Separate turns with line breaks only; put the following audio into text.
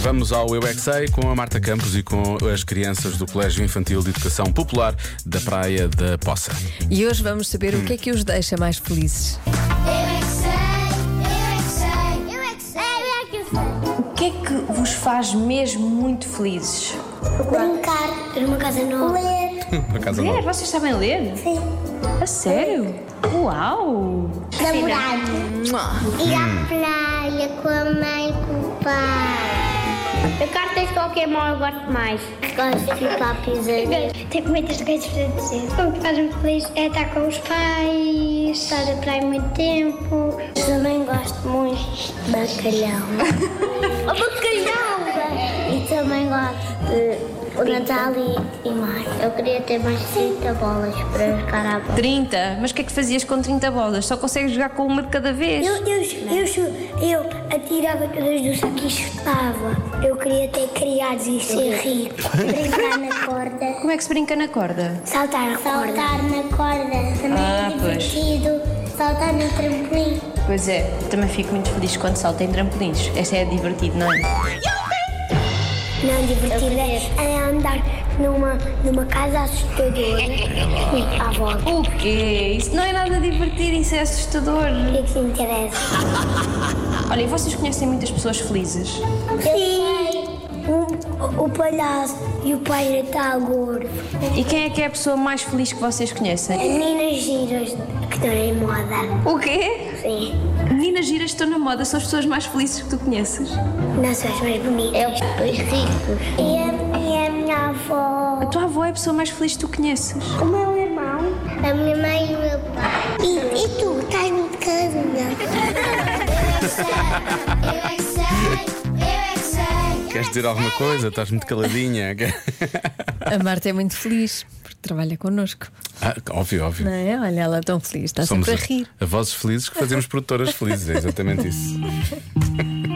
Vamos ao Eu é Que Sei, com a Marta Campos e com as crianças do Colégio Infantil de Educação Popular da Praia da Poça.
E hoje vamos saber o que é que os deixa mais felizes.
O que é que vos faz mesmo muito felizes?
Brincar numa casa nova. Ler.
Uma casa
Ler?
nova.
É, Vocês sabem ler?
Sim.
A sério? Uau!
né?
Namorar.
Hum.
Ir à praia com a mãe e com o pai. Eu cartas de Pokémon eu gosto mais. Gosto de papizinho.
Ter muitas coisas para dizer. O que faz muito feliz é estar com os pais,
Tá
estar na praia muito tempo.
Também gosto muito de bacalhau. o bacalhau! E também gosto de Natal e, e mar. Eu queria ter mais 30 bolas para jogar à bola.
30? Mas o que é que fazias com 30 bolas? Só consegues jogar com uma de cada vez?
Eu, eu, eu, eu atirava todas do saco e chutava. Eu queria ter criados e ser rico. Brincar na corda.
Como é que se brinca na corda?
Saltar na corda. Saltar na corda. Também
Ah,
é
pois.
divertido. Saltar no trampolim.
Pois é, também fico muito feliz quando salto em trampolins. Esta é divertido, não é?
Não, divertido é andar numa, numa casa assustadora. e à volta.
O quê? Isso não é nada divertido, isso é assustador.
O que é que se interessa?
Olha, e vocês conhecem muitas pessoas felizes?
Eu sei. O, o palhaço e o pai Natal gordo.
E quem é que é a pessoa mais feliz que vocês conhecem?
Meninas giras que estão em moda.
O quê?
Sim.
Meninas giras que estão na moda são as pessoas mais felizes que tu conheces.
Não são as mais bonitas. Eu, os ricos. E a, e a minha avó.
A tua avó é a pessoa mais feliz que tu conheces.
O meu irmão. A minha mãe e o meu pai. E, tu, estás muito
é Eu é que sei, eu é que sei.
Queres dizer alguma coisa? Estás muito caladinha.
A Marta é muito feliz porque trabalha connosco.
Ah, óbvio, óbvio.
Não é? Olha, ela é tão feliz, está sempre a rir.
a, a vozes felizes que fazemos produtoras felizes, é exatamente isso.